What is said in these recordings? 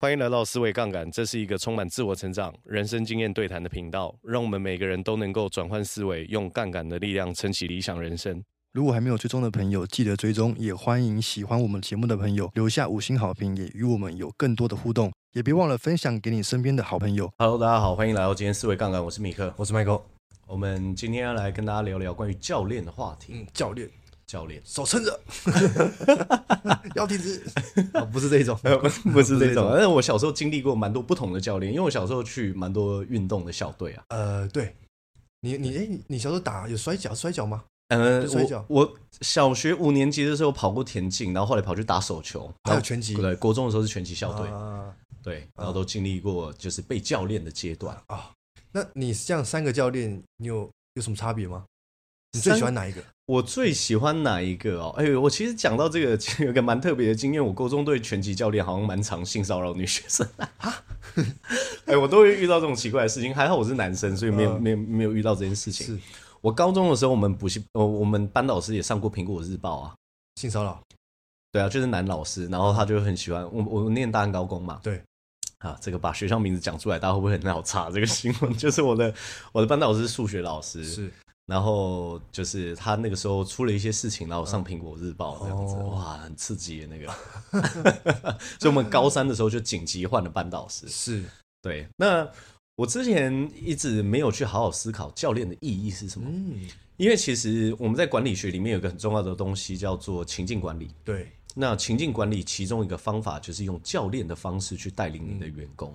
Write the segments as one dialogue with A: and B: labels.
A: 欢迎来到思维杠杆，这是一个充满自我成长、人生经验对谈的频道，让我们每个人都能够转换思维，用杠杆的力量撑起理想人生。
B: 如果还没有追踪的朋友，记得追踪，也欢迎喜欢我们节目的朋友留下五星好评，也与我们有更多的互动，也别忘了分享给你身边的好朋友。
A: Hello，大家好，欢迎来到今天思维杠杆，我是米克。
B: 我是 Michael，
A: 我们今天要来跟大家聊聊关于教练的话题。
B: 嗯，教练，
A: 教练
B: 手撑 着，腰挺直，哦 不是这种，
A: 呃 不是这种，但是我小时候经历过蛮多不同的教练，因为我小时候去蛮多运动的校队啊。
B: 呃，对，你你哎、你小时候打有摔跤摔跤吗？
A: 嗯，
B: 摔跤
A: 我我小学五年级的时候跑过田径，然后后来跑去打手球，
B: 还有
A: 然后
B: 拳击
A: 对，国中的时候是拳击校队，
B: 啊
A: 对，然后都经历过就是被教练的阶段。
B: 啊，那你这样三个教练，你有有什么差别吗？你最喜欢哪一个？
A: 我最喜欢哪一个哦？哎、呦，我其实讲到这个， 其实有一个蛮特别的经验。我高中对拳击教练好像蛮常性骚扰女学 生啊。哎、我都会遇到这种奇怪的事情。还好我是男生，所以没有、没有没有遇到这件事情
B: 是。
A: 我高中的时候，我们补习，呃，我们班导师也上过《苹果日报》啊。
B: 性骚扰，
A: 对啊，就是男老师，然后他就很喜欢我。我念大安高工嘛，
B: 对，
A: 啊，这个把学校名字讲出来，大家会不会很脑差？这个新闻 就是我的我的班导师是数学老师，
B: 是
A: 然后就是他那个时候出了一些事情，然后上苹果日报这样子，
B: 嗯哦
A: 哇，很刺激的那个。 所以我们高三的时候就紧急换了班导师。
B: 是，
A: 对，那我之前一直没有去好好思考教练的意义是什么，
B: 嗯，
A: 因为其实我们在管理学里面有一个很重要的东西叫做情境管理。
B: 对，
A: 那情境管理其中一个方法就是用教练的方式去带领你的
B: 嗯
A: 员工。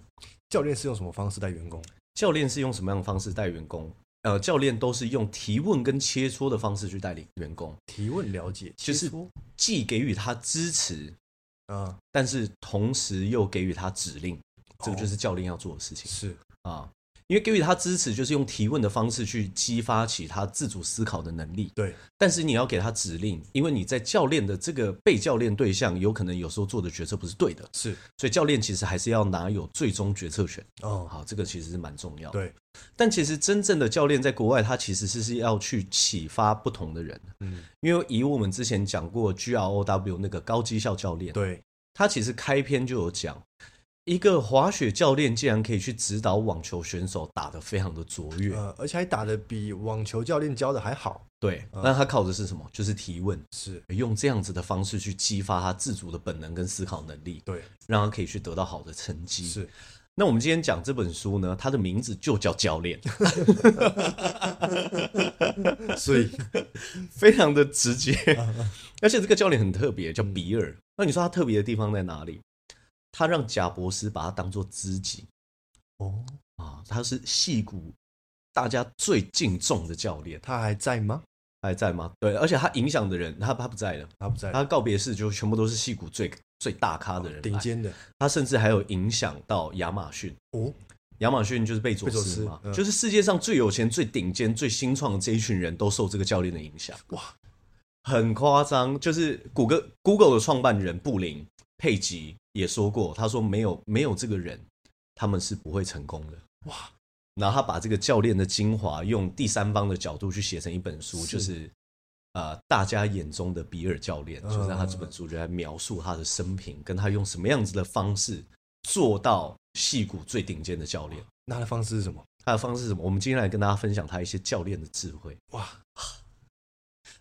B: 教练是用什么方式带员工？
A: 教练是用什么样的方式带员工？呃，教练都是用提问跟切磋的方式去带领员工，
B: 提问了解，
A: 就是
B: 说
A: 既给予他支持，
B: 啊，
A: 但是同时又给予他指令，这个
B: 哦
A: 就是教练要做的事情
B: 是
A: 啊。因为给予他支持，就是用提问的方式去激发起他自主思考的能力。
B: 对，
A: 但是你要给他指令，因为你在教练的这个被教练对象，有可能有时候做的决策不是对的，
B: 是
A: 所以教练其实还是要拿有最终决策权。
B: 哦，
A: 好，这个其实是蛮重要的。
B: 对，
A: 但其实真正的教练在国外，他其实是是要去启发不同的人，
B: 嗯，
A: 因为以我们之前讲过 G R O W 那个高绩效教练，
B: 对，
A: 他其实开篇就有讲，一个滑雪教练竟然可以去指导网球选手打得非常的卓越，
B: 呃，而且还打的比网球教练教的还好，
A: 对，那他靠的是什么？就是提问，
B: 嗯是
A: 用这样子的方式去激发他自主的本能跟思考能力，
B: 对，
A: 让他可以去得到好的成绩。
B: 是
A: 那我们今天讲这本书呢，它的名字就叫教练，
B: 所以
A: 非常的直接，而且这个教练很特别，叫
B: 嗯
A: 比尔。那你说他特别的地方在哪里？他让贾博士把他当做知己
B: 哦，
A: 啊，他是戏骨大家最敬重的教练，
B: 他还在吗？
A: 他还在吗？对，而且他影响的人，他他不在了，
B: 他不在，
A: 他告别式就全部都是戏骨最最大咖的
B: 哦
A: 人来，啊
B: 顶尖的
A: 他甚至还有影响到亚马逊。
B: 哦，
A: 亚马逊就是贝佐斯嘛，
B: 贝佐斯嗯
A: 就是世界上最有钱、最顶尖、最新创的这一群人都受这个教练的影响。
B: 哇，
A: 很夸张，就是谷歌 Google 的创办人布林佩吉也说过，他说没有没有这个人，他们是不会成功的。
B: 哇，
A: 然后他把这个教练的精华用第三方的角度去写成一本书，
B: 是
A: 就是呃大家眼中的比尔教练，
B: 嗯
A: 就是他这本书就在描述他的生平，跟他用什么样子的方式做到戏骨最顶尖的教练。
B: 那他的方式是什么？
A: 他的方式是什么？我们今天来跟大家分享他一些教练的智慧。
B: 哇，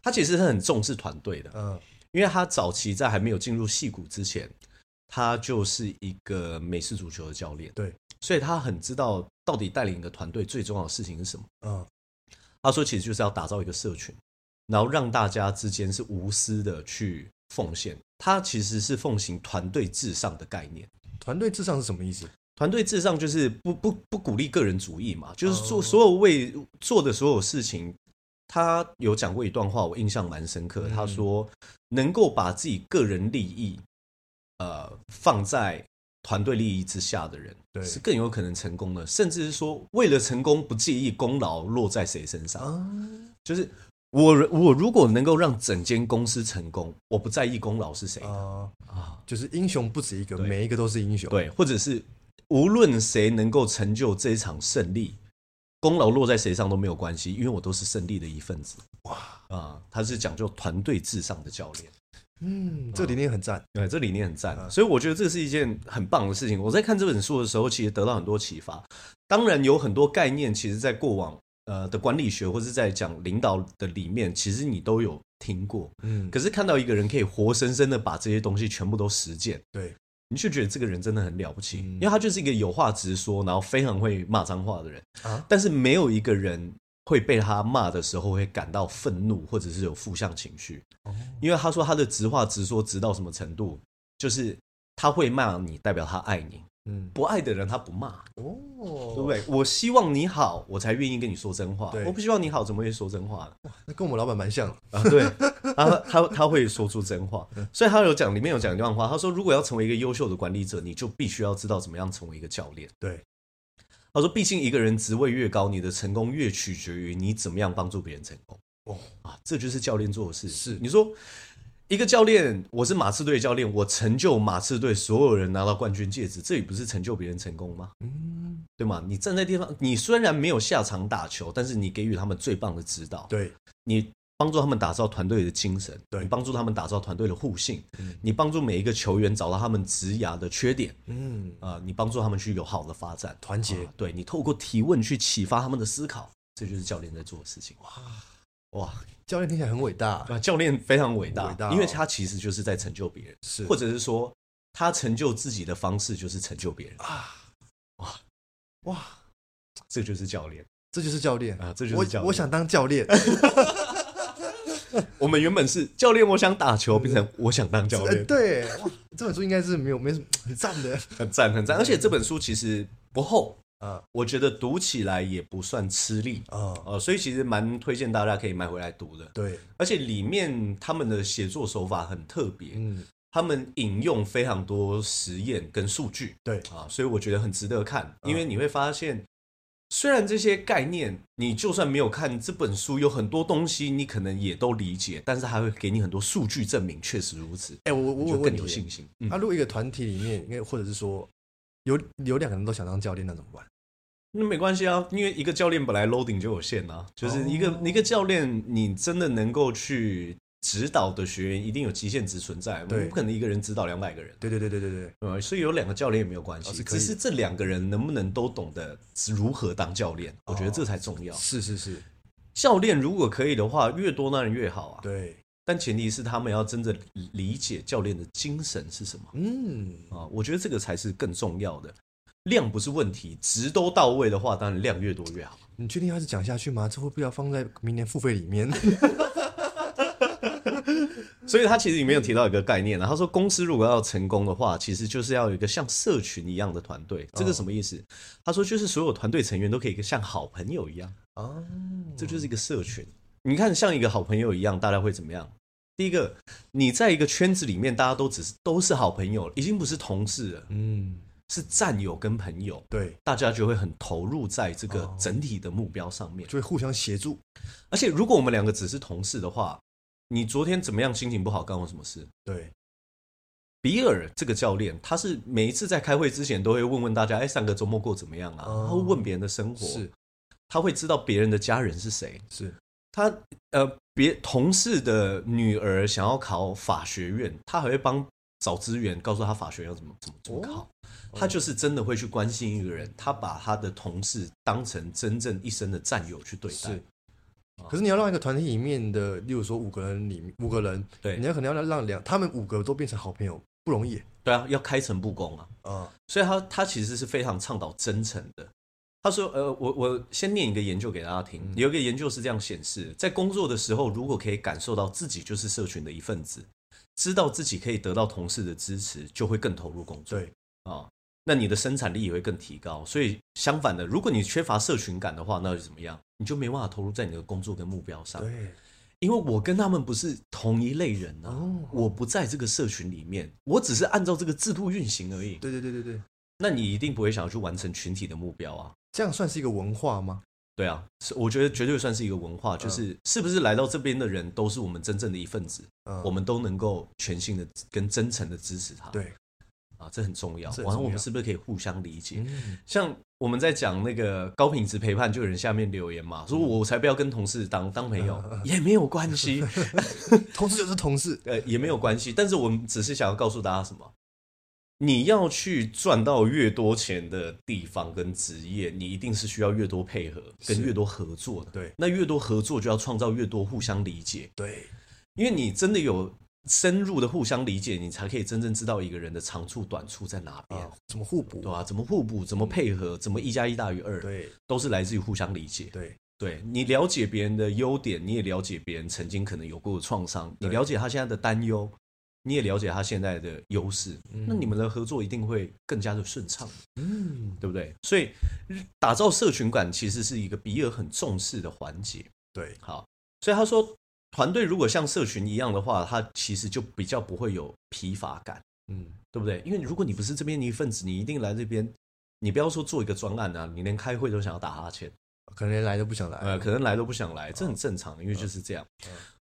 A: 他其实是很重视团队的，
B: 嗯，
A: 因为他早期在还没有进入戏骨之前，他就是一个美式足球的教练，
B: 对，
A: 所以他很知道到底带领一个团队最重要的事情是什么。
B: 嗯，
A: 他说，其实就是要打造一个社群，然后让大家之间是无私的去奉献。他其实是奉行团队至上的概念。
B: 团队至上是什么意思？
A: 团队至上就是不不不鼓励个人主义嘛，就是做
B: 哦
A: 所有为做的所有事情，他有讲过一段话，我印象蛮深刻。
B: 嗯
A: 他说，能够把自己个人利益，呃，放在团队利益之下的人，
B: 对
A: 是更有可能成功的，甚至是说为了成功不介意功劳落在谁身上，
B: 啊，
A: 就是。我我如果能够让整间公司成功，我不在意功劳是谁的
B: 啊，
A: 啊，
B: 就是英雄不止一个，
A: 对
B: 每一个都是英雄，，
A: 对，或者是无论谁能够成就这一场胜利，功劳落在谁上都没有关系，因为我都是胜利的一份子。哇啊，他是讲究团队至上的教练，
B: 嗯，这个理念很赞。
A: 对，这理念很赞，所以我觉得这是一件很棒的事情。我在看这本书的时候，其实得到很多启发。当然，有很多概念，其实在过往呃的管理学或是在讲领导的里面，其实你都有听过。
B: 嗯，
A: 可是看到一个人可以活生生的把这些东西全部都实践，
B: 对，
A: 你就觉得这个人真的很了不起，
B: 嗯
A: 因为他就是一个有话直说，然后非常会骂脏话的人。
B: 啊
A: 但是没有一个人会被他骂的时候会感到愤怒，或者是有负向情绪。
B: 哦
A: 因为他说他的直话直说直到什么程度，就是他会骂你，代表他爱你；
B: 嗯，
A: 不爱的人他不骂，
B: 哦，
A: 对不？对？我希望你好，我才愿意跟你说真话
B: 对。
A: 我不希望你好，怎么会说真话呢？
B: 那跟我们老板蛮像的。
A: 啊，对，他他他会说出真话，所以他有讲里面有讲一段话，他说如果要成为一个优秀的管理者，你就必须要知道怎么样成为一个教练。
B: 对，
A: 他说，毕竟一个人职位越高，你的成功越取决于你怎么样帮助别人成功。
B: 哦
A: 啊，这就是教练做的事。是你说一个教练，我是马刺队教练，我成就马刺队所有人拿到冠军戒指，这也不是成就别人成功吗？
B: 嗯，
A: 对吗？你站在地方，你虽然没有下场打球，但是你给予他们最棒的指导。
B: 对，
A: 你帮助他们打造团队的精神，
B: 对
A: 你帮助他们打造团队的互信，
B: 嗯
A: 你帮助每一个球员找到他们职涯的缺点，
B: 嗯，
A: 啊，你帮助他们去有好的发展，
B: 团结
A: 啊对你透过提问去启发他们的思考，这就是教练在做的事情。哇
B: 教练听起来很伟大，
A: 哇，教练非常伟大，
B: 伟大哦
A: 因为他其实就是在成就别人，
B: 是
A: 或者是说他成就自己的方式就是成就别人，
B: 啊，哇哇，
A: 这就是教练。
B: 这就是教练
A: 啊这就是
B: 我
A: 教练
B: 我想当教练，
A: 我们原本是教练，我想打球，变成我想当 教
B: 呃
A: 练，
B: 对，哇，这本书应该是没有没什么很赞 的
A: 很赞
B: 嗯
A: 很赞。而且这本书其实不厚，呃
B: 啊
A: 我觉得读起来也不算吃力，
B: 啊，
A: 呃，所以其实蛮推荐大家可以买回来读的。
B: 对，
A: 而且里面他们的写作手法很特别，
B: 嗯，
A: 他们引用非常多实验跟数据
B: 对，
A: 啊，所以我觉得很值得看，
B: 嗯
A: 因为你会发现，虽然这些概念你就算没有看这本书，有很多东西你可能也都理解，但是还会给你很多数据证明确实如此，
B: 哎，我我
A: 你
B: 我问
A: 就更
B: 你
A: 有，信心。嗯
B: 啊，如果一个团体里面，应该或者是说有有两个人都想当教练，那怎么办？
A: 那没关系啊，因为一个教练本来 loading 就有限啊，就是一个、
B: 哦
A: 一个教练，你真的能够去指导的学员，一定有极限值存在，我
B: 对
A: 们不可能一个人指导两百个人，
B: 对对对对对对，
A: 呃，所以有两个教练也没有关系，
B: 哦是可以
A: 只是这两个人能不能都懂得如何当教练，我觉得这才重要。
B: 哦是是是，
A: 哦教练如果可以的话，越多当然越好啊，
B: 对，
A: 但前提是他们要真的理解教练的精神是什么。
B: 嗯，
A: 啊，我觉得这个才是更重要的。量不是问题，值都到位的话，当然量越多越好。
B: 你确定要是讲下去吗？这会不会要放在明年付费里 面？
A: 所以他其实里面有提到一个概念啊，他说公司如果要成功的话，其实就是要有一个像社群一样的团队。这个什么意思？他说就是所有团队成员都可以像好朋友一样，
B: 哦，
A: 这就是一个社群。你看，像一个好朋友一样，大家会怎么样？第一个，你在一个圈子里面，大家都只是都是好朋友，已经不是同事了，
B: 嗯，
A: 是战友跟朋友，
B: 对，
A: 大家就会很投入在这个整体的目标上面。
B: 就会互相协助，
A: 而且，如果我们两个只是同事的话，你昨天怎么样心情不好，干我什么事？
B: 对，
A: 比尔这个教练，他是每一次在开会之前都会问问大家，哎，上个周末过怎么样啊？
B: 哦
A: 他会问别人的生活，
B: 是
A: 他会知道别人的家人是谁。
B: 是，
A: 他呃，别同事的女儿想要考法学院，他还会帮找资源，告诉他法学院要怎么怎么怎么考。
B: 哦
A: 他就是真的会去关心一个人，他把他的同事当成真正一生的战友去对待啊
B: 是。可是你要让一个团体里面的，例如说五个人里面五个人，
A: 对
B: 你要可能要让两他们五个都变成好朋友，不容易
A: 对啊，要开诚布公啊。
B: 啊。
A: 所以他他其实是非常倡导真诚的。他说：“呃，我我先念一个研究给大家
B: 嗯
A: 听。有一个研究是这样显示，在工作的时候，如果可以感受到自己就是社群的一份子，知道自己可以得到同事的支持，就会更投入工作。
B: 对，
A: 啊、那你的生产力也会更提高。所以相反的，如果你缺乏社群感的话，那又怎么样？你就没办法投入在你的工作跟目标上。
B: 对，
A: 因为我跟他们不是同一类人啊，
B: 哦
A: 我不在这个社群里面，我只是按照这个制度运行而已。
B: 对对对对对，
A: 那你一定不会想要去完成群体的目标啊。
B: 这样算是一个文化吗？
A: 对啊，是我觉得绝对算是一个文
B: 嗯
A: 化，就是是不是来到这边的人都是我们真正的一份子，
B: 嗯
A: 我们都能够全心的跟真诚的支持他。
B: 对，
A: 啊，这很重要。
B: 这很重要嗯
A: 然后我们是不是可以互相理解？像我们在讲那个高品质陪伴，就有人下面留言
B: 嗯
A: 嘛，说我才不要跟同事当当朋友，也没有关 系，
B: 同事就是同事，
A: 呃，也没有关系。但是我们只是想要告诉大家什么？你要去赚到越多钱的地方跟职业，你一定是需要越多配合跟
B: 是
A: 越多合作的。
B: 对
A: 那越多合作就要创造越多互相理解，
B: 对，
A: 因为你真的有深入的互相理解，你才可以真正知道一个人的长处短处在哪边，
B: 啊，怎么互补
A: 对？吧、怎么互补，怎么配合，怎么一加一大于二，
B: 对
A: 都是来自于互相理解。
B: 对
A: 对你了解别人的优点，你也了解别人曾经可能有过的创伤，你
B: 对
A: 了解他现在的担忧，你也了解他现在的优势，
C: 嗯
A: 那你们的合作一定会更加的顺畅，
B: 嗯，
A: 对不对？所以打造社群感其实是一个比尔很重视的环节。
B: 对
A: 好，所以他说，团队如果像社群一样的话，它其实就比较不会有疲乏感，
B: 嗯
A: 对不对？因为如果你不是这边的一份子，你一定来这边，你不要说做一个专案啊，你连开会都想要打哈欠，
B: 可能连来都不想来，嗯
A: 呃，可能来都不想来，这很正常，因为就是这样。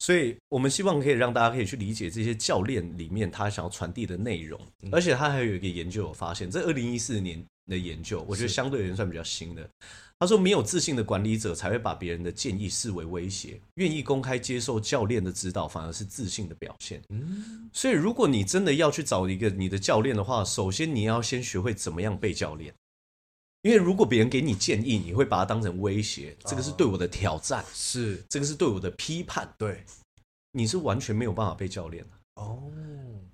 A: 所以我们希望可以让大家可以去理解这些教练里面他想要传递的内容，
B: 嗯
A: 而且他还有一个研究有发现，这二零一四年的研究，我觉得
B: 是
A: 相对而言算比较新的。他说，没有自信的管理者才会把别人的建议视为威胁，愿意公开接受教练的指导，反而是自信的表现。
B: 嗯
A: 所以，如果你真的要去找一个你的教练的话，首先你要先学会怎么样被教练，因为如果别人给你建议，你会把它当成威胁，这个是对我的挑战，
B: 是，
A: 这个是对我的批判，
B: 对
A: 你是完全没有办法被教练的。
B: 哦，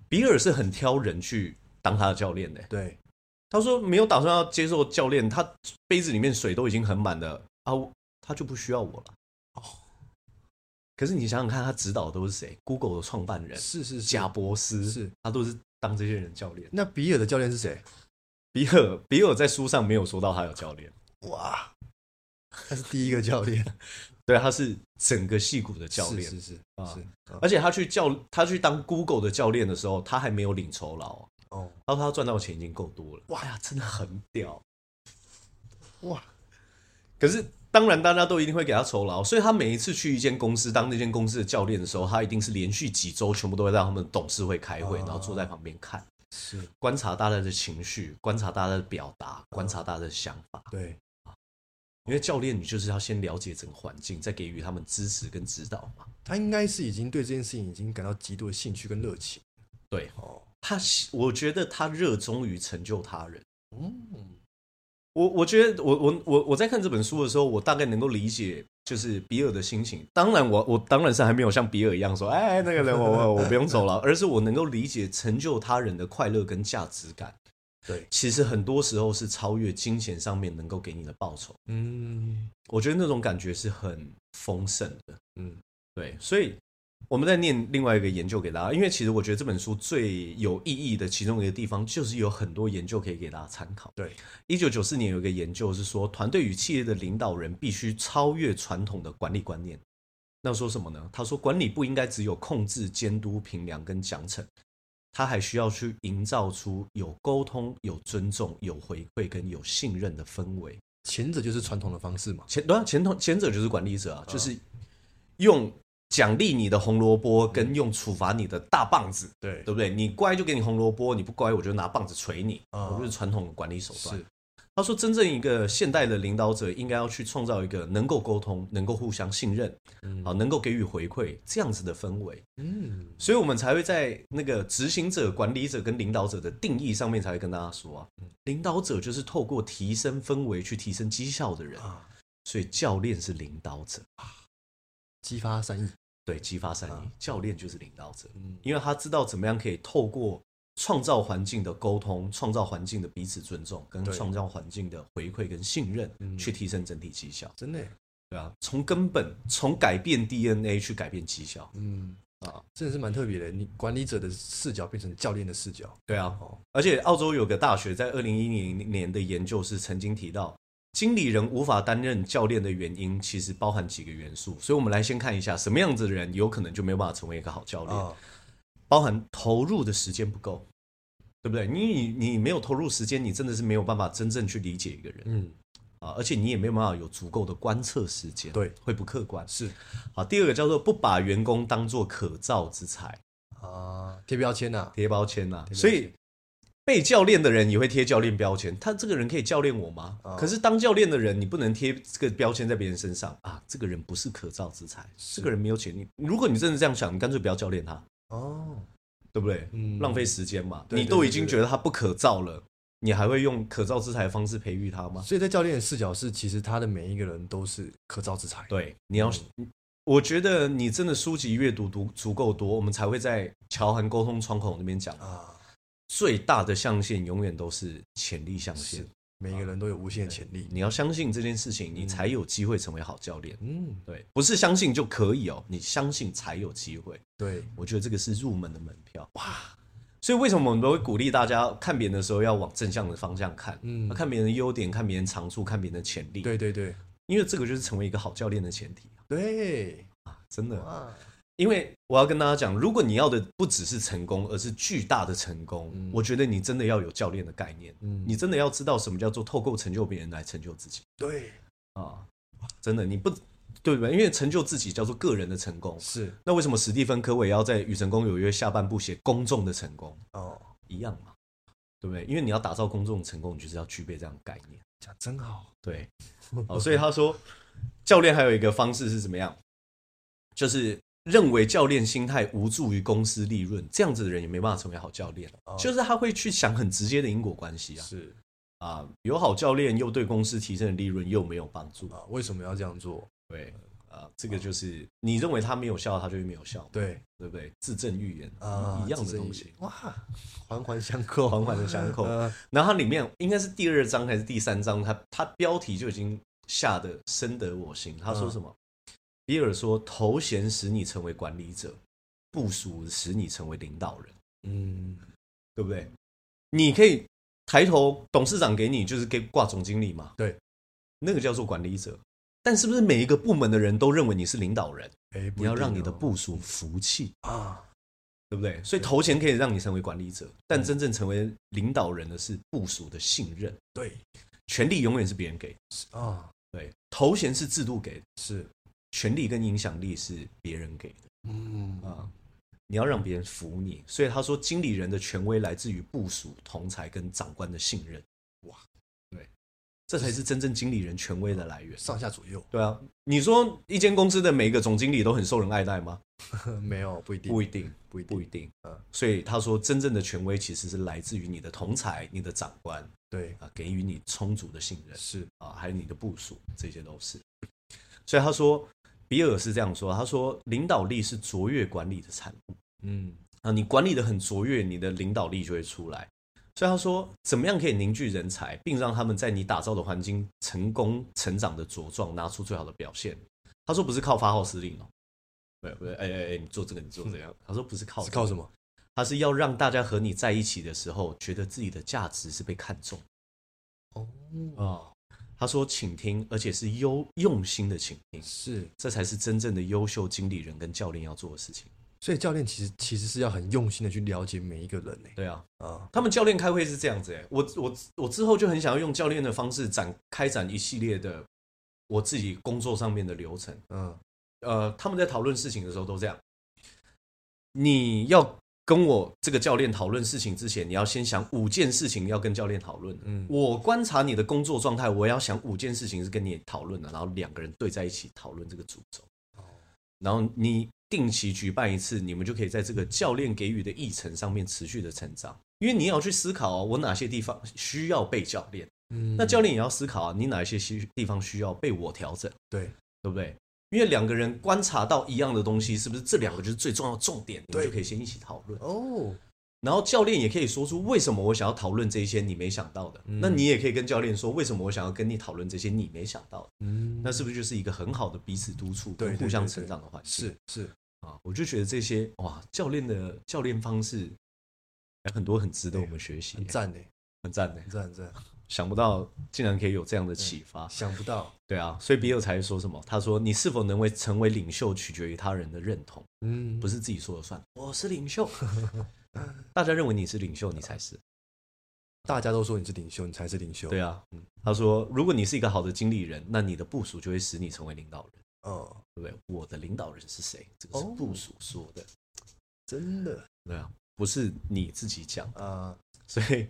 A: 比尔是很挑人去当他的教练的，
B: 对
A: 他说没有打算要接受教练，他杯子里面水都已经很满了啊，他就不需要我了。可是你想想看，他指导的都是谁？Google 的创办人
B: 是是
A: 贾
B: 是。
A: 伯斯
B: 是，
A: 他都是当这些人教练。
B: 那比尔的教练是谁？
A: 比尔比尔在书上没有说到他有教练，
B: 哇，他是第一个教练，
A: 对，他是整个戏骨的教练，
B: 是是是
A: 啊
B: 是啊
A: 而且他去教他去当 Google 的教练的时候，他还没有领酬劳，
B: 哦
A: 他说他赚到的钱已经够多了，哇呀，真的很屌。
B: 哇，
A: 可是当然大家都一定会给他酬劳，所以他每一次去一间公司当那间公司的教练的时候，他一定是连续几周全部都会在他们的董事会开会，
B: 哦
A: 然后坐在旁边看，
B: 是
A: 观察大家的情绪，观察大家的表达，观察大家的想法。
B: 对
A: 因为教练，你就是要先了解整个环境，再给予他们支持跟指导嘛。
B: 他应该是已经对这件事情已经感到极度的兴趣跟热情
A: 对
B: 哦，
A: 他喜，我觉得他热衷于成就他人。
B: 嗯
A: 我我觉得我我我我在看这本书的时候，我大概能够理解就是比尔的心情。当然我，我当然是还没有像比尔一样说，哎，那个人我我我不用走了，而是我能够理解成就他人的快乐跟价值感。
B: 对
A: 其实很多时候是超越金钱上面能够给你的报酬。
B: 嗯
A: 我觉得那种感觉是很丰盛的。
B: 嗯
A: 对，所以我们在念另外一个研究给大家，因为其实我觉得这本书最有意义的其中一个地方，就是有很多研究可以给大家参考。
B: 对
A: 一九九四年有一个研究是说，团队与企业的领导人必须超越传统的管理观念。那说什么呢？他说，管理不应该只有控制、监督、评量跟奖惩，他还需要去营造出有沟通、有尊重、有回馈跟有信任的氛围。
B: 前者就是传统的方式嘛，
A: 前对啊，前头前者就是管理者啊，就是用奖励你的红萝卜，跟用处罚你的大棒子，
B: 对
A: 对不对？你乖就给你红萝卜，你不乖我就拿棒子捶你，
B: 啊
A: 我就是传统的管理手段
B: 是。
A: 他说，真正一个现代的领导者应该要去创造一个能够沟通、能够互相信任、
B: 嗯
A: 啊，能够给予回馈这样子的氛围，
B: 嗯
A: 所以我们才会在那个执行者、管理者跟领导者的定义上面才会跟大家说啊，领导者就是透过提升氛围去提升绩效的人。
B: 啊
A: 所以教练是领导者，
B: 激发善意
A: 对，激发善意，教练就是领导者，
B: 嗯
A: 因为他知道怎么样可以透过创造环境的沟通、创造环境的彼此尊重，跟
B: 对
A: 创造环境的回馈跟信任，
B: 嗯
A: 去提升整体绩效。
B: 真的耶
A: 对啊，从根本从改变 DNA 去改变绩效
B: 嗯
A: 啊，
B: 真的是蛮特别的，你管理者的视角变成教练的视角
A: 对啊
B: 哦，
A: 而且澳洲有个大学在二零一零年的研究是曾经提到。经理人无法担任教练的原因，其实包含几个元素，所以我们来先看一下什么样子的人有可能就没有办法成为一个好教练。
B: 啊
A: 包含投入的时间不够，对不对？你你你没有投入时间，你真的是没有办法真正去理解一个人
B: 嗯
A: 啊，而且你也没有办法有足够的观测时间，
B: 对，
A: 会不客观。
B: 是
A: 好，第二个叫做不把员工当做可造之材，
B: 啊贴标签呐
A: 贴标签啦、
B: 标签
A: 所以被教练的人也会贴教练标签，他这个人可以教练我吗？可是当教练的人，你不能贴这个标签在别人身上啊！这个人不是可造之材，这个人没有潜力。如果你真的这样想，你干脆不要教练他，
C: 哦，
A: 对不对？
B: 嗯
A: 浪费时间嘛。
C: 对对
A: 你都已经
C: 对对
A: 觉得他不可造了，你还会用可造之材的方式培育他吗？
C: 所以在教练的视角是，其实他的每一个人都是可造之材。，
A: 对，你要，我觉得你真的书籍阅读读足够多，我们才会在乔韩沟通窗口那边讲，
C: 啊，
A: 最大的象限永远都是潜力象限
C: 是。每
A: 啊
C: 一个人都有无限的潜力。
A: 你要相信这件事情，你才有机会成为好教练。
C: 嗯，
A: 对，不是相信就可以哦，你相信才有机会。
C: 对，
A: 我觉得这个是入门的门票。哇！所以为什么我们都会鼓励大家看别人的时候要往正向的方向看？
C: 嗯
A: 嗯，看别人的优点，看别人长处，看别人的潜力。，
C: 对对对
A: 因为这个就是成为一个好教练的前提
C: 对，
A: 啊！真的，
C: 哇，
A: 因为我要跟大家讲，如果你要的不只是成功，而是巨大的成功，我觉得你真的要有教练的概念，
C: 嗯
A: 你真的要知道什么叫做透过成就别人来成就自己
C: 对，
A: 啊！真的，你不对不对？因为成就自己叫做个人的成功，
C: 是
A: 那为什么史蒂芬·科维要在《与成功有约》下半部写公众的成功？
C: 哦，
A: 一样嘛，对不对？因为你要打造公众成功，你就是要具备这样的概念。
C: 讲真好。
A: 对，哦，所以他说，教练还有一个方式是怎么样？就是认为教练心态无助于公司利润，这样子的人也没办法成为好教练。就是他会去想很直接的因果关系啊
C: 哦是
A: 啊，有好教练又对公司提升的利润又没有帮助。
C: 啊，为什么要这样做？
A: 对，啊，这个就是你认为他没有效，他就会没有效，
C: 对
A: 对不对？自证预言
C: 啊，
A: 一样
C: 这
A: 的
C: 是
A: 东西。啊
C: 哇，环环相扣，
A: 环环的相 扣
C: 呃
A: 然后它里面应该是第二章还是第三章，它它标题就已经下的深得我心。他说什么？比尔说：“头衔使你成为管理者，部署使你成为领导人，
C: 嗯，
A: 对不对？你可以抬头，董事长给你就是给挂总经理嘛，
C: 对，
A: 那个叫做管理者。但是不是每一个部门的人都认为你是领导人？
C: 哎，不
A: 你要
C: 一定
A: 让你
C: 哦
A: 的部署服气，
C: 啊，
A: 对不对？所以头衔可以让你成为管理者，但真正成为领导人的是部署的信任，
C: 对
A: 权力永远是别人给的。”
C: 啊，
A: 对，头衔是制度给的，
C: 是，
A: 权力跟影响力是别人给的
C: 嗯
A: 啊。你要让别人服你，所以他说，经理人的权威来自于部署、同才跟长官的信任。哇，对，这才是真正经理人权威的来源。
C: 上下左右
A: 对啊，你说一间公司的每一个总经理都很受人爱戴吗？
C: 没有不一定，
A: 不一定，
C: 不一定
A: 不一定
C: 嗯。
A: 所以他说，真正的权威其实是来自于你的同才、你的长官
C: 对
A: 啊，给予你充足的信任。
C: 是
A: 啊，还有你的部署，这些都是。所以他说，比尔是这样说，他说领导力是卓越管理的产物
C: 嗯
A: 啊，你管理的很卓越，你的领导力就会出来。所以他说，怎么样可以凝聚人才，并让他们在你打造的环境成功成长的茁壮，拿出最好的表现？他说不是靠发号施令哦，对不对？哎哎哎，你做这个，你做这个。他说不是靠
C: 是靠什
A: 么？
C: 么？
A: 他是要让大家和你在一起的时候，觉得自己的价值是被看重的。
C: 哦
A: 啊、他说倾听，而且是优用心的倾听，
C: 是，
A: 这才是真正的优秀经理人跟教练要做的事情。
C: 所以教练其实其实是要很用心的去了解每一个人呢
A: 对啊，
C: 啊，
A: 他们教练开会是这样子哎，我我我之后就很想要用教练的方式展开展一系列的我自己工作上面的流程。
C: 嗯
A: 呃，他们在讨论事情的时候都这样，你要。跟我这个教练讨论事情之前，你要先想五件事情要跟教练讨论。嗯
C: 嗯，
A: 我观察你的工作状态，我要想五件事情是跟你讨论的，然后两个人对在一起讨论这个主轴。然后你定期举办一次，你们就可以在这个教练给予的议程上面持续的成长。因为你也要去思考、哦，我哪些地方需要被教练，
C: 嗯，
A: 那教练也要思考啊，你哪一些需地方需要被我调整，
C: 对
A: 对不对？因为两个人观察到一样的东西，是不是这两个就是最重要的重点？你们
C: 对
A: 就可以先一起讨论。
C: 哦，
A: 然后教练也可以说出为什么我想要讨论这一些你没想到的，
C: 嗯
A: 那你也可以跟教练说为什么我想要跟你讨论这些你没想到的，
C: 嗯
A: 那是不是就是一个很好的彼此督促、
C: 对
A: 跟
C: 对
A: 互相
C: 对对
A: 成长的环境？
C: 是是
A: 啊，我就觉得这些哇，教练的教练方式有很多很值得我们学习
C: 很，赞呢，
A: 很赞的
C: 很。赞很赞，
A: 想不到竟然可以有这样的启发，
C: 想 不到，
A: 对啊，所以比尔才说什么？他说：“你是否能为成为领袖，取决于他人的认同，
C: 嗯
A: 不
C: 是
A: 是自己说了算。我是领袖， 大家认为你是领袖，你才是。
C: 大家都说你是领袖，你才是领袖，
A: 对啊，他说，如果你是一个好的经理人，那你的部署就会使你成为领导人，
C: 哦，
A: 对不对？我的领导人是谁？这个是
C: 哦
A: 部署说的，
C: 真的
A: 对啊，不是你自己讲。
C: 啊，
A: 所以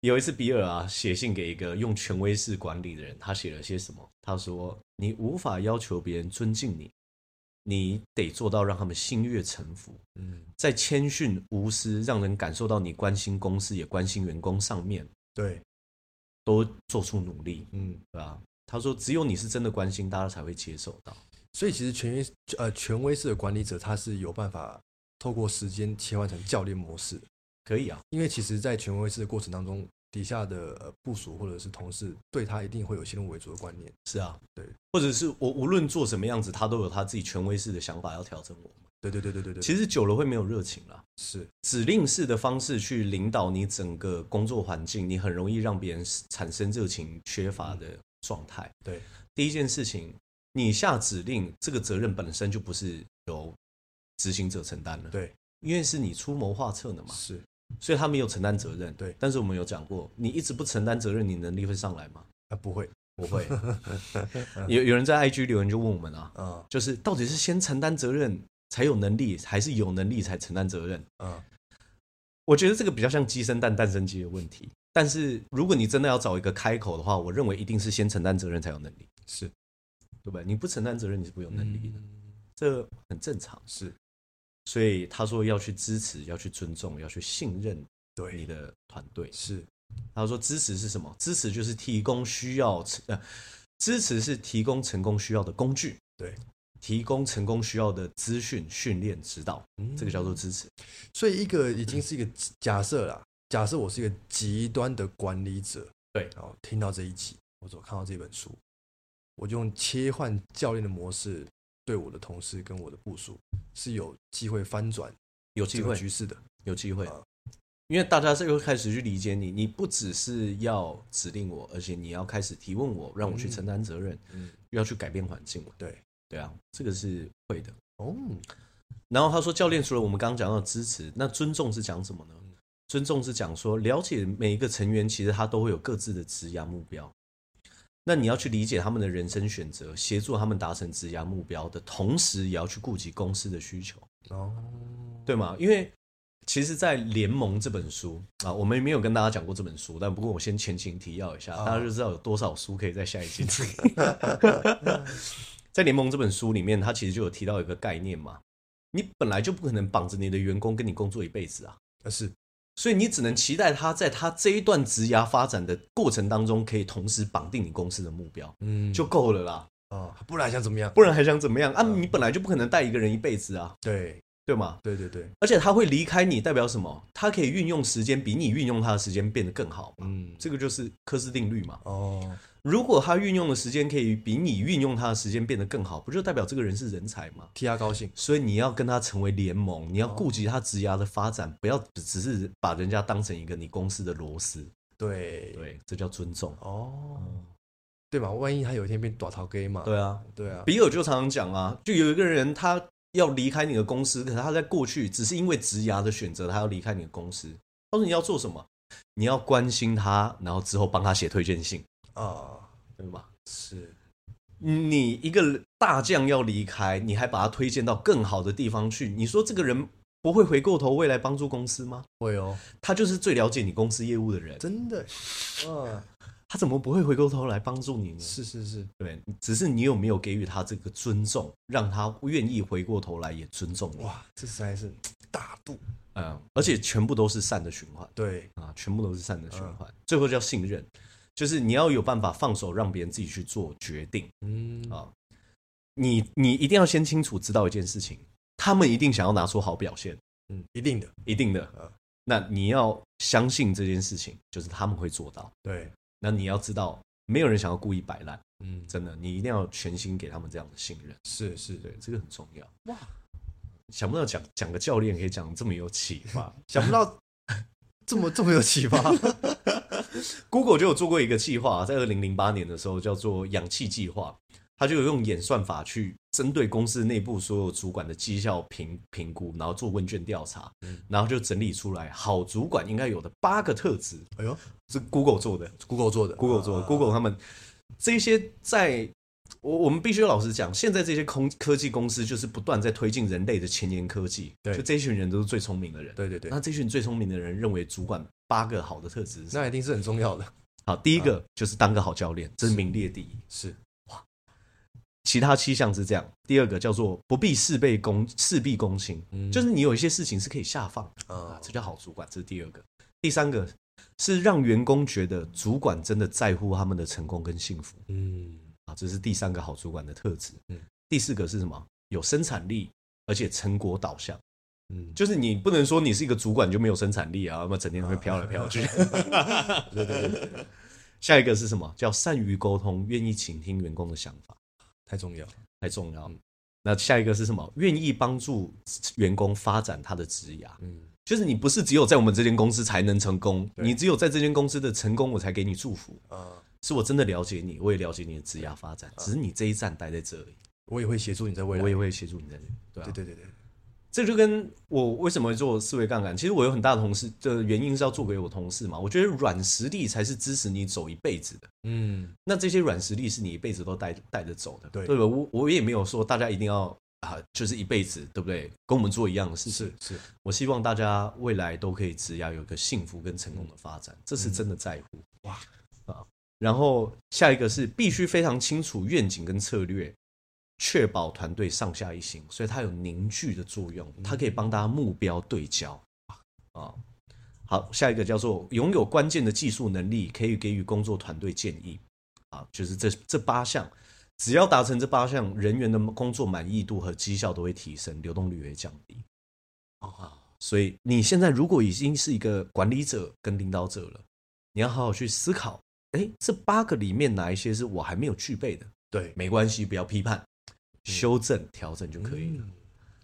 A: 有一次比尔啊写信给一个用权威式管理的人，他写了些什么？他说：“你无法要求别人尊敬你，你得做到让他们心悦诚服。”
C: 嗯，
A: 在谦逊无私，让人感受到你关心公司也关心员工上面，
C: 对，
A: 都做出努力，
C: 嗯，
A: 对吧？他说，只有你是真的关心，大家才会接受到。
C: 所以其实权威呃权威式的管理者，他是有办法透过时间切换成教练模式的，
A: 可以啊，
C: 因为其实，在权威式的过程当中，底下的呃部属或者是同事对他一定会有先入为主的观念，
A: 是啊，
C: 对，
A: 或者是我无论做什么样子，他都有他自己权威式的想法要调整我。
C: 对对对对对对，
A: 其实久了会没有热情了。
C: 是
A: 指令式的方式去领导你整个工作环境，你很容易让别人产生热情缺乏的状态。
C: 对，
A: 第一件事情，你下指令，这个责任本身就不是由执行者谋担了，
C: 对
A: 因为是你出谋划策的嘛，
C: 是
A: 所以他没有承担责任。
C: 对
A: 但是我们有讲过，你一直不承担责任，你能力会上来 吗？
C: 啊不会
A: 不会。有有人在 IG 留言就问我们啊，
C: 啊
A: 就是到底是先承担责任才有能力，还是有能力才承担责任？
C: 啊
A: 我觉得这个比较像鸡生蛋，蛋生鸡的问题。但是如果你真的要找一个开口的话，我认为一定是先承担责任才有能力，
C: 是
A: 对不对？你不承担责任，你是不会有能力的，
C: 嗯
A: 这很正常。
C: 是
A: 所以他说要去支持，要去尊重，要去信任你
C: 对
A: 的团队。
C: 是
A: 他说支持是什么？支持就是提供需要呃，支持是提供成功需要的工具，
C: 对，
A: 提供成功需要的资讯、训练、指导，嗯这个叫做支
C: 嗯
A: 持。
C: 所以一个已经是一个极假设啦，假设我是一个极端的管理者，
A: 对
C: 然后听到这一集，或者我看到这本书，我就用切换教练的模式对我的同事跟我的部署是有机会翻转
A: 有
C: 这
A: 机
C: 个
A: 会，
C: 局势的，
A: 有机会
C: 啊，
A: 因为大家是会开始去理解你，你不只是要指令我，而且你要开始提问我，让我去承担责任，
C: 嗯，
A: 又要去改变环境嘛。
C: 对，
A: 对啊，这个是会的。
C: 哦，
A: 然后他说，教练除了我们刚刚讲到的支持，那尊重是讲什么呢？尊重是讲说，了解每一个成员，其实他都会有各自的职涯目标。那你要去理解他们的人生选择，协助他们达成职涯目标的同时，也要去顾及公司的需求。
C: 哦，
A: 对吗？因为其实，在《联盟》这本书啊，我们没有跟大家讲过这本书，但不过我先前情提要一下，
C: 啊
A: 大家就知道有多少书可以在下一集听。 在《联盟》这本书里面，它其实就有提到一个概念嘛，你本来就不可能绑着你的员工跟你工作一辈子啊，
C: 呃是
A: 所以你只能期待他在他这一段职涯发展的过程当中，可以同时绑定你公司的目标
C: 嗯
A: 就够了啦，
C: 啊，不然想怎么样？
A: 不然还想怎么样啊？你本来就不可能带一个人一辈子啊，
C: 对
A: 对吗？
C: 对对对，
A: 而且他会离开你，代表什么？他可以运用时间比你运用他的时间变得更好，
C: 嗯，
A: 这个就是科斯定律嘛。
C: 哦，
A: 如果他运用的时间可以比你运用他的时间变得更好，不就代表这个人是人才吗？
C: 替他高兴，
A: 所以你要跟他成为联盟，你要顾及他职涯的发展，不要只只是把人家当成一个你公司的螺丝。
C: 对，
A: 对，这叫尊重。
C: 哦，对嘛，万一他有一天变短逃 gay 嘛，
A: 对啊，
C: 对啊，
A: 比尔就常常讲啊，就有一个人他要离开你的公司，可是他在过去只是因为职涯的选择，他要离开你的公司。他说你要做什么？你要关心他，然后之后帮他写推荐信，
C: 啊，
A: 对吧？
C: 是
A: 你一个大将要离开，你还把他推荐到更好的地方去，你说这个人不会回过头未来帮助公司吗？
C: 会哦，
A: 他就是最了解你公司业务的人，
C: 真的，啊，
A: 他怎么不会回过头来帮助你呢？
C: 是是是，
A: 对，只是你有没有给予他这个尊重，让他愿意回过头来也尊重你。
C: 哇，这实在是大度，
A: 嗯，而且全部都是善的循环
C: 对，
A: 啊，全部都是善的循环。最后叫信任，就是你要有办法放手，让别人自己去做决定
C: 嗯，
A: 啊。你你一定要先清楚知道一件事情，他们一定想要拿出好表现，
C: 嗯，一定的，
A: 一定的
C: 嗯。
A: 那你要相信这件事情，就是他们会做到。
C: 对，
A: 那你要知道，没有人想要故意摆烂，
C: 嗯，
A: 真的，你一定要全心给他们这样的信任。
C: 是是，
A: 对，这个很重要。哇，想不到讲讲个教练可以讲得这么有启发。
C: 想 不到这么这么有启发，
A: Google 就有做过一个计划，在二零零八年的时候叫做“氧气计划”，它就有用演算法去针对公司内部所有主管的绩效评评估，然后做问卷调查，
C: 嗯
A: 然后就整理出来好主管应该有的八个特质。
C: 哎呦
A: 是 Google 做的
C: ，Google 做的
A: ，Google 做的、
C: 啊
A: g o o g l e 他们这些在我我们必须老实讲，现在这些空科技公司就是不断在推进人类的前沿科技，
C: 对
A: 就这群人都是最聪明的人。
C: 对对对，
A: 那这群最聪明的人认为主管八个好的特质是什么，
C: 那一定是很重要的。
A: 好，第一
C: 啊
A: 个就是当个好教练，这是名列第一。
C: 是
A: 其他七项是这样，第二个叫做不必事倍功事必躬亲，
C: 嗯
A: 就是你有一些事情是可以下放的啊
C: 啊，，
A: 这叫好主管，这是第二个。第三个是让员工觉得主管真的在乎他们的成功跟幸福
C: 嗯，
A: 啊，这是第三个好主管的特质。
C: 嗯
A: 第四个是什么？有生产力，而且成果导向，
C: 嗯，
A: 就是你不能说你是一个主管就没有生产力啊，那么整天会飘来 飘去。
C: 对对对对，
A: 下一个是什么？叫善于沟通，愿意倾听员工的想法，
C: 太重要了。
A: 太重要了。
C: 嗯
A: 那下一个是什么？愿意帮助员工发展他的职涯，
C: 嗯，
A: 就是你不是只有在我们这间公司才能成功，
C: 对
A: 你只有在这间公司的成功，我才给你祝福。
C: 啊，
A: 是我真的了解你，我也了解你的职涯发展，只是你这一站待在这里，
C: 我也会协助你在未来。
A: 我也会协助你在这里。对啊
C: 对对对对，
A: 这就跟我为什么做思维杠杆，其实我有很大的同事的原因是要做给我同事嘛。我觉得软实力才是支持你走一辈子的。
C: 嗯，
A: 那这些软实力是你一辈子都带带着走的，
C: 对
A: 对吧？我我也没有说大家一定要啊，就是一辈子，对不对？跟我们做一样的事情
C: 是。是，
A: 我希望大家未来都可以只要有一个幸福跟成功的发展，这
C: 嗯
A: 是真的在乎、哇啊！然后下一个是必须非常清楚愿景跟策略，确保团队上下一心，所以它有凝聚的作用，它可以帮大家目标对焦啊。好，下一个叫做拥有关键的技术能力，可以给予工作团队建议啊，就是这这八项。只要达成这八项，人员的工作满意度和绩效都会提升，流动率也会降低。啊所以你现在如果已经是一个管理者跟领导者了，你要好好去思考，哎，这八个里面哪一些是我还没有具备的？
C: 对，
A: 没关系，不要批判，修正调整就可以了。
C: 嗯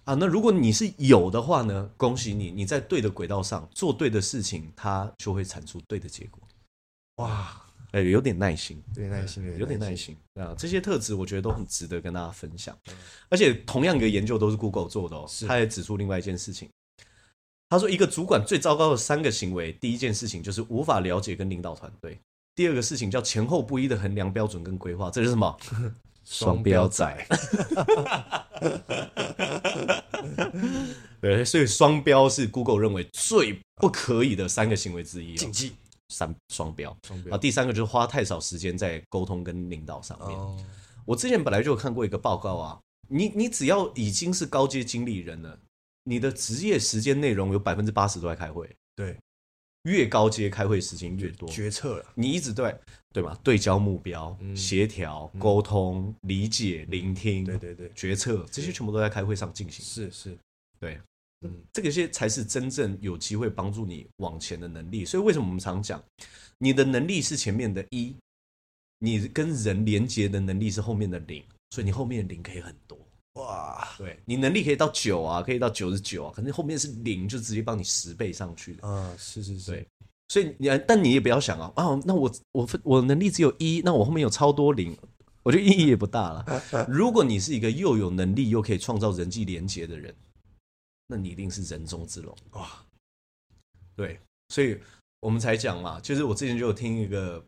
A: 啊，那如果你是有的话呢？恭喜你，你在对的轨道上做对的事情，它就会产出对的结果。
C: 哇，
A: 哎，有点耐心，哎
C: 有点耐心，
A: 有点耐。心啊！这些特质我觉得都很值得跟大家分享。而且同样一个研究都是 Google 做的哦
C: 是，
A: 他也指出另外一件事情。他说，一个主管最糟糕的三个行为，第一件事情就是无法了解跟领导团队；第二个事情叫前后不一的衡量标准跟规划，这是什么？
C: 双标仔
A: 双标仔。对，所以双标是 Google 认为最不可以的三个行为之一、哦。
C: 禁忌
A: 三双标。
C: 双
A: 啊，
C: 标。
A: 第三个就是花太少时间在沟通跟领导上面。
C: 哦，
A: 我之前本来就有看过一个报告啊，你你只要已经是高阶经理人了，你的职业时间内容有百分之八十都在开会，
C: 对，
A: 越高阶开会时间越多，
C: 决策啊了。
A: 你一直对对吧？对焦目标、
C: 嗯
A: 协调、沟通、理解、聆听、
C: 对对对，
A: 决策，这些全部都在开会上进行。
C: 嗯是是，
A: 对，
C: 嗯
A: 这个些才是真正有机会帮助你往前的能力。所以为什么我们常讲，你的能力是前面的一，你跟人连接的能力是后面的零，所以你后面的零可以很多。
C: 哇，
A: 对你能力可以到九啊，可以到九十九啊，可能后面是零，就直接帮你十倍上去的。
C: 啊，是是是
A: 对，所以你，但你也不要想啊，啊，那我我我能力只有一，那我后面有超多零，我觉得意义也不大了。如果你是一个又有能力又可以创造人际连结的人，那你一定是人中之龙。
C: 哇，
A: 对，所以我们才讲嘛，就是我之前就有听一个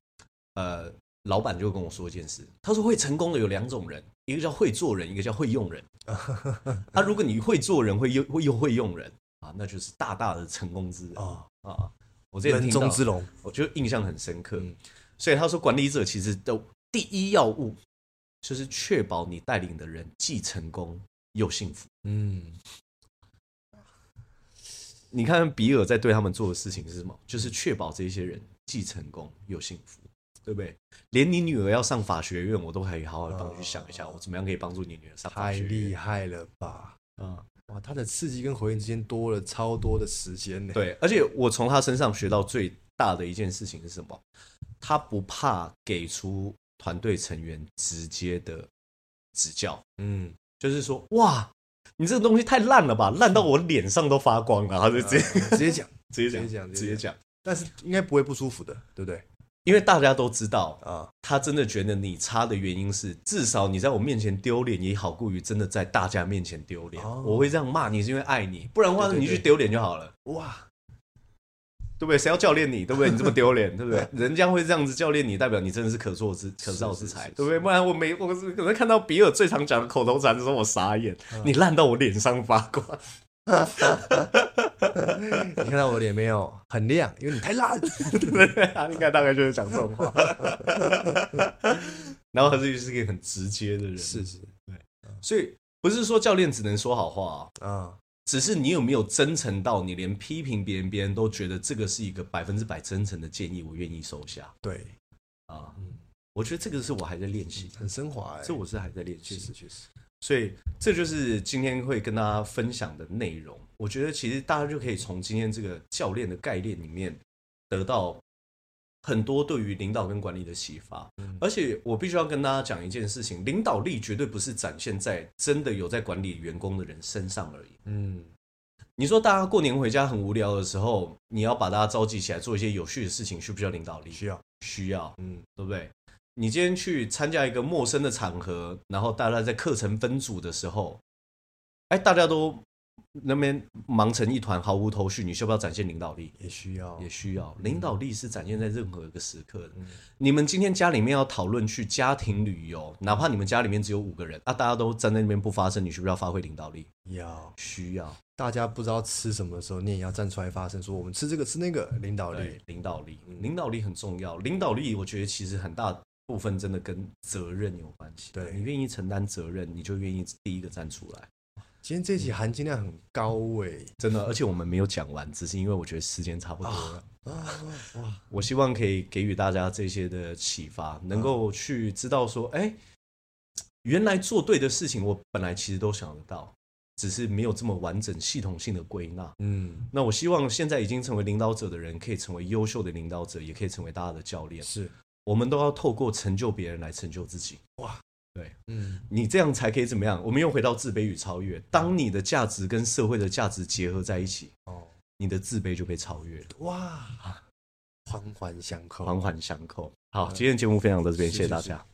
A: 呃老板就跟我说一件事，他说会成功的有两种人，一个叫会做人，一个叫会用人。啊，如果你会做人，会又会又会用人啊，那就是大大的成功之人
C: 哦，
A: 啊。我之前
C: 人
A: 听到
C: 中，之龙，
A: 我就印象很深刻。
C: 嗯
A: 所以他说，管理者其实的第一要务就是确保你带领的人既成功又幸福。
C: 嗯，
A: 你看比尔在对他们做的事情是什么？
C: 嗯
A: 就是确保这些人既成功又幸福，对不对？连你女儿要上法学院，我都还好好地帮你去想一下，我怎么样可以帮助你女儿上法
C: 啊太
A: 学
C: 厉
A: 院
C: 害了吧！
A: 啊、
C: 哇，他的刺激跟回应之间多了超多的时间呢。，
A: 对，而且我从他身上学到最大的一件事情是什么？他不怕给出团队成员直接的指教，
C: 嗯，
A: 就是说，哇，你这个东西太烂了吧，烂到我脸上都发光了，他就直接、
C: 直接讲，
A: 直接
C: 嗯直
A: 讲，
C: 接讲
A: 直接讲，
C: 但是应该不会不舒服的，对不对？
A: 因为大家都知道，
C: 啊，
A: 他真的觉得你差的原因是，至少你在我面前丢脸也好过于真的在大家面前丢脸。
C: 哦
A: 我会这样骂你是因为爱你，不然的话
C: 对对
A: 你去
C: 对
A: 丢脸就好了。
C: 哇，
A: 对不对？谁要教练你，对不对？ 你这么丢脸，对不对？人家会这样子教练你，代表你真的是可塑之可造之
C: 是
A: 才
C: 是，是
A: 对不对？不然我没我是可能看到比尔最常讲的口头禅的时候，我傻眼，你烂到我脸上发光，
C: 你看到我的脸没有？很亮，因为你太烂。
A: 对不对？他应该大概就是讲这种话。 然后他自己是一个很直接的人，
C: 是，是
A: 所以不是说教练只能说好话、啊，
C: 啊，
A: 只是你有没有真诚到你连批评别人，别人都觉得这个是一个百分之百真诚的建议，我愿意收下
C: 对，
A: 啊？
C: 嗯，
A: 我觉得这个是我还在练习，
C: 很升华哎、
A: 这我是还在练习
C: 确，实确实，
A: 所以这就是今天会跟大家分享的内容。我觉得其实大家就可以从今天这个教练的概念里面得到很多对于领导跟管理的启发。
C: 嗯
A: 而且我必须要跟大家讲一件事情：领导力绝对不是展现在真的有在管理员工的人身上而已。
C: 嗯，
A: 你说大家过年回家很无聊的时候，你要把大家召集起来做一些有趣的事情，需不需要领导力？
C: 需要，
A: 需要，
C: 嗯，
A: 对不对？你今天去参加一个陌生的场合，然后大家在课程分组的时候，哎，大家都那边忙成一团，毫无头绪，你需不需要展现领导力？
C: 也需要，
A: 也需要，领导力是展现在任何一个时刻的。
C: 嗯
A: 你们今天家里面要讨论去家庭旅游，哪怕你们家里面只有五个人，啊，大家都站在那边不发声，你需不需要发挥领导力？
C: 要。
A: 需要，
C: 大家不知道吃什么的时候，你也要站出来发声，说我们吃这个吃那个，领导
A: 对
C: 力，，
A: 领导力，嗯领导力很重要。领导力，我觉得其实很大部分真的跟责任有关系。
C: 对
A: 你愿意承担责任，你就愿意第一个站出来。
C: 今天这一集含金量很高哎、
A: 真的，而且我们没有讲完，只是因为我觉得时间差不多了。
C: 啊哇，
A: 我希望可以给予大家这些的启发，能够去知道说，哎、原来做对的事情，我本来其实都想得到，只是没有这么完整系统性的归纳。
C: 嗯，
A: 那我希望现在已经成为领导者的人，可以成为优秀的领导者，也可以成为大家的教练。
C: 是，
A: 我们都要透过成就别人来成就自己。
C: 嗯，
A: 你这样才可以怎么样？我们又回到自卑与超越。当你的价值跟社会的价值结合在一起，
C: 哦，
A: 你的自卑就被超越了，
C: 哇，环环相扣，
A: 环环相扣。好，今天节目分享到这边，
C: 是
A: 谢谢大
C: 是
A: 家。